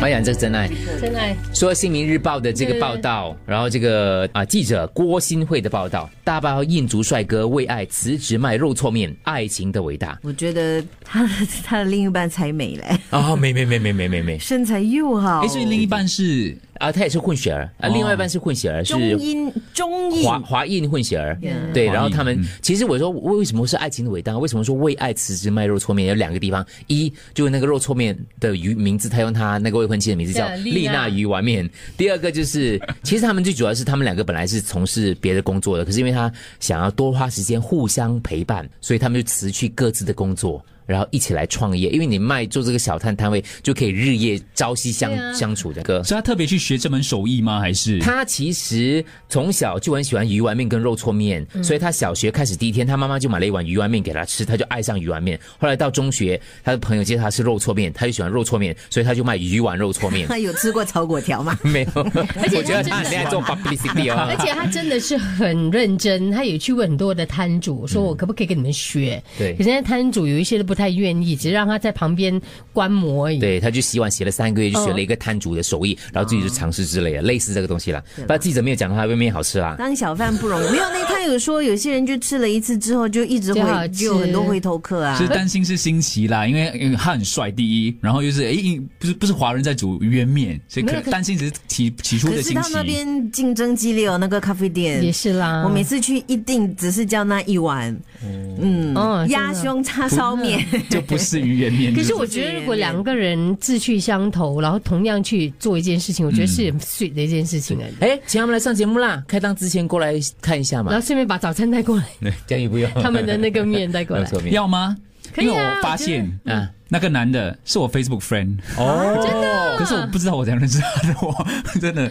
发扬这个真爱。真爱说《新民日报》的这个报道，然后这个啊记者郭新慧的报道，大巴印族帅哥为爱辞职卖肉搓面，爱情的伟大我觉得他的他的另一半才美嘞， 啊！没没没没没没没身材又好。哎，所以另一半是啊，他也是混血儿啊，另外一半是混血儿，中是音中音华华裔混血儿， Yeah 对，华裔嗯然后他们其实我说为什么是爱情的伟大？为什么说为爱辞职卖肉搓面？有两个地方，一就是那个肉搓面的鱼名字，他用他那个未婚妻的名字叫对丽丽娜娜鱼丸面。第二个就是，其实他们最主要是他们两个本来是从事别的工作的，可是因为他想要多花时间互相陪伴，所以他们就辞去各自的工作。然后一起来创业，因为你卖做这个小摊摊位，就可以日夜朝夕相、对啊相处的歌。是他特别去学这门手艺吗？还是他其实从小就很喜欢鱼丸面跟肉搓面，嗯所以他小学开始第一天，他妈妈就买了一碗鱼丸面给他吃，他就爱上鱼丸面。后来到中学，他的朋友介绍他是肉搓面，他就喜欢肉搓面，所以他就卖鱼丸肉搓 面。他有吃过炒粿条吗？没有，且 我 觉得他他很真的恋爱做 publicity 哦啊而。且他真的是很认真，他也去问很多的摊主，嗯说我可不可以跟你们学？对可是那摊主有一些都不太愿意，只是让他在旁边观摩而已。对，他去洗碗洗了三个月，就学了一个摊主的手艺，然后自己就尝试之类的，类似这个东西啦。但记者没有讲到他外面好啊吃啦，当小贩不容易，没有那他有说有些人就吃了一次之后就一直就好回，吃就有很多回头客啊是。担心是新奇啦？因为因为他很帅，第一，然后又是哎，不是不是华人在煮冤面，所以没可有可担心只是起起初可的是新他那奇。边竞争激烈哦，那个咖啡店也是啊啦。我每次去一定只是叫那一碗，嗯嗯，鸭真的胸叉烧面， 就不是鱼圆面。可就是我觉得，如果两个人志趣相投，然后同样去做一件事情，我觉得嗯是很 sweet 的一件事情来的。哎，请他们来上节目啦，开档之前过来看一下然嘛后。顺便把早餐带过来， 这样也不用他们的那个面带 过 肉来。搓面要吗？可以因啊为我发我现，得嗯嗯，那个男的是我 Facebook friend，啊哦，真的可是我不知道我怎样认识他的，我 真的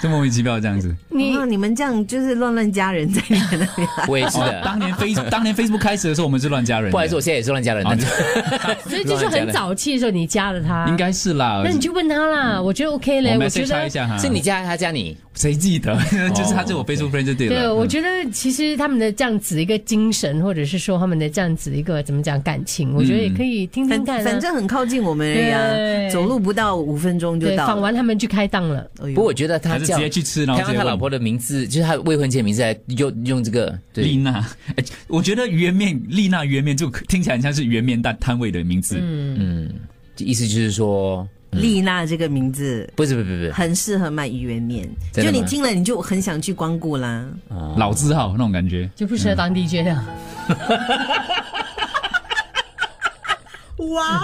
这莫名其妙这样子。 你哇，你们这样就是乱乱加人在你们那边。我也是哦的，。当年 Face 当年 Facebook 开始的时候，我们是乱加人的。不好意思，我现在也是乱加人啊的你。所以就是很早期的时候你加了他，应该是啦。那你就问他啦。我觉得 OK 我嘞，我 message 觉他得一下哈，是你加他加你，谁记得？ 就是他是我 Facebook friend 就对对，了。嗯嗯我觉得其实他们的这样子一个精神，或者是说他们的这样子一个怎么讲感情，我觉得也可以听听反看、啊。反正很靠近我们而已啊对，走路不到五分钟就对，到访了。完他们去开档了，哎呦不过我觉得他还嗯是直叫接去吃，然他后用直接他问老婆的名字，就是他未婚妻的名字来用用这个，丽对，娜。哎我觉得圆面丽娜圆面就听起来很像是圆面摊摊位的名字。嗯意思就是说，丽娜这个名字不是不是不是，很适合卖鱼圆面，真就的吗你听了你就很想去光顾啦。老字号那种感觉。就不适合当 DJ 了。 哇，哦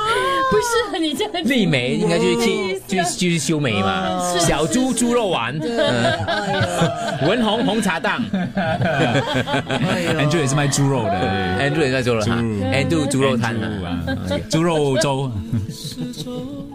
不适合你这样子丽梅应该就是去去就是修眉嘛，小猪猪肉丸，嗯文红红茶档哎哦 Andrew 也是卖猪肉的，哎对，Andrew 也在做了哈猪，Andrew 猪肉摊啊。 Andrew 啊，猪肉粥。是种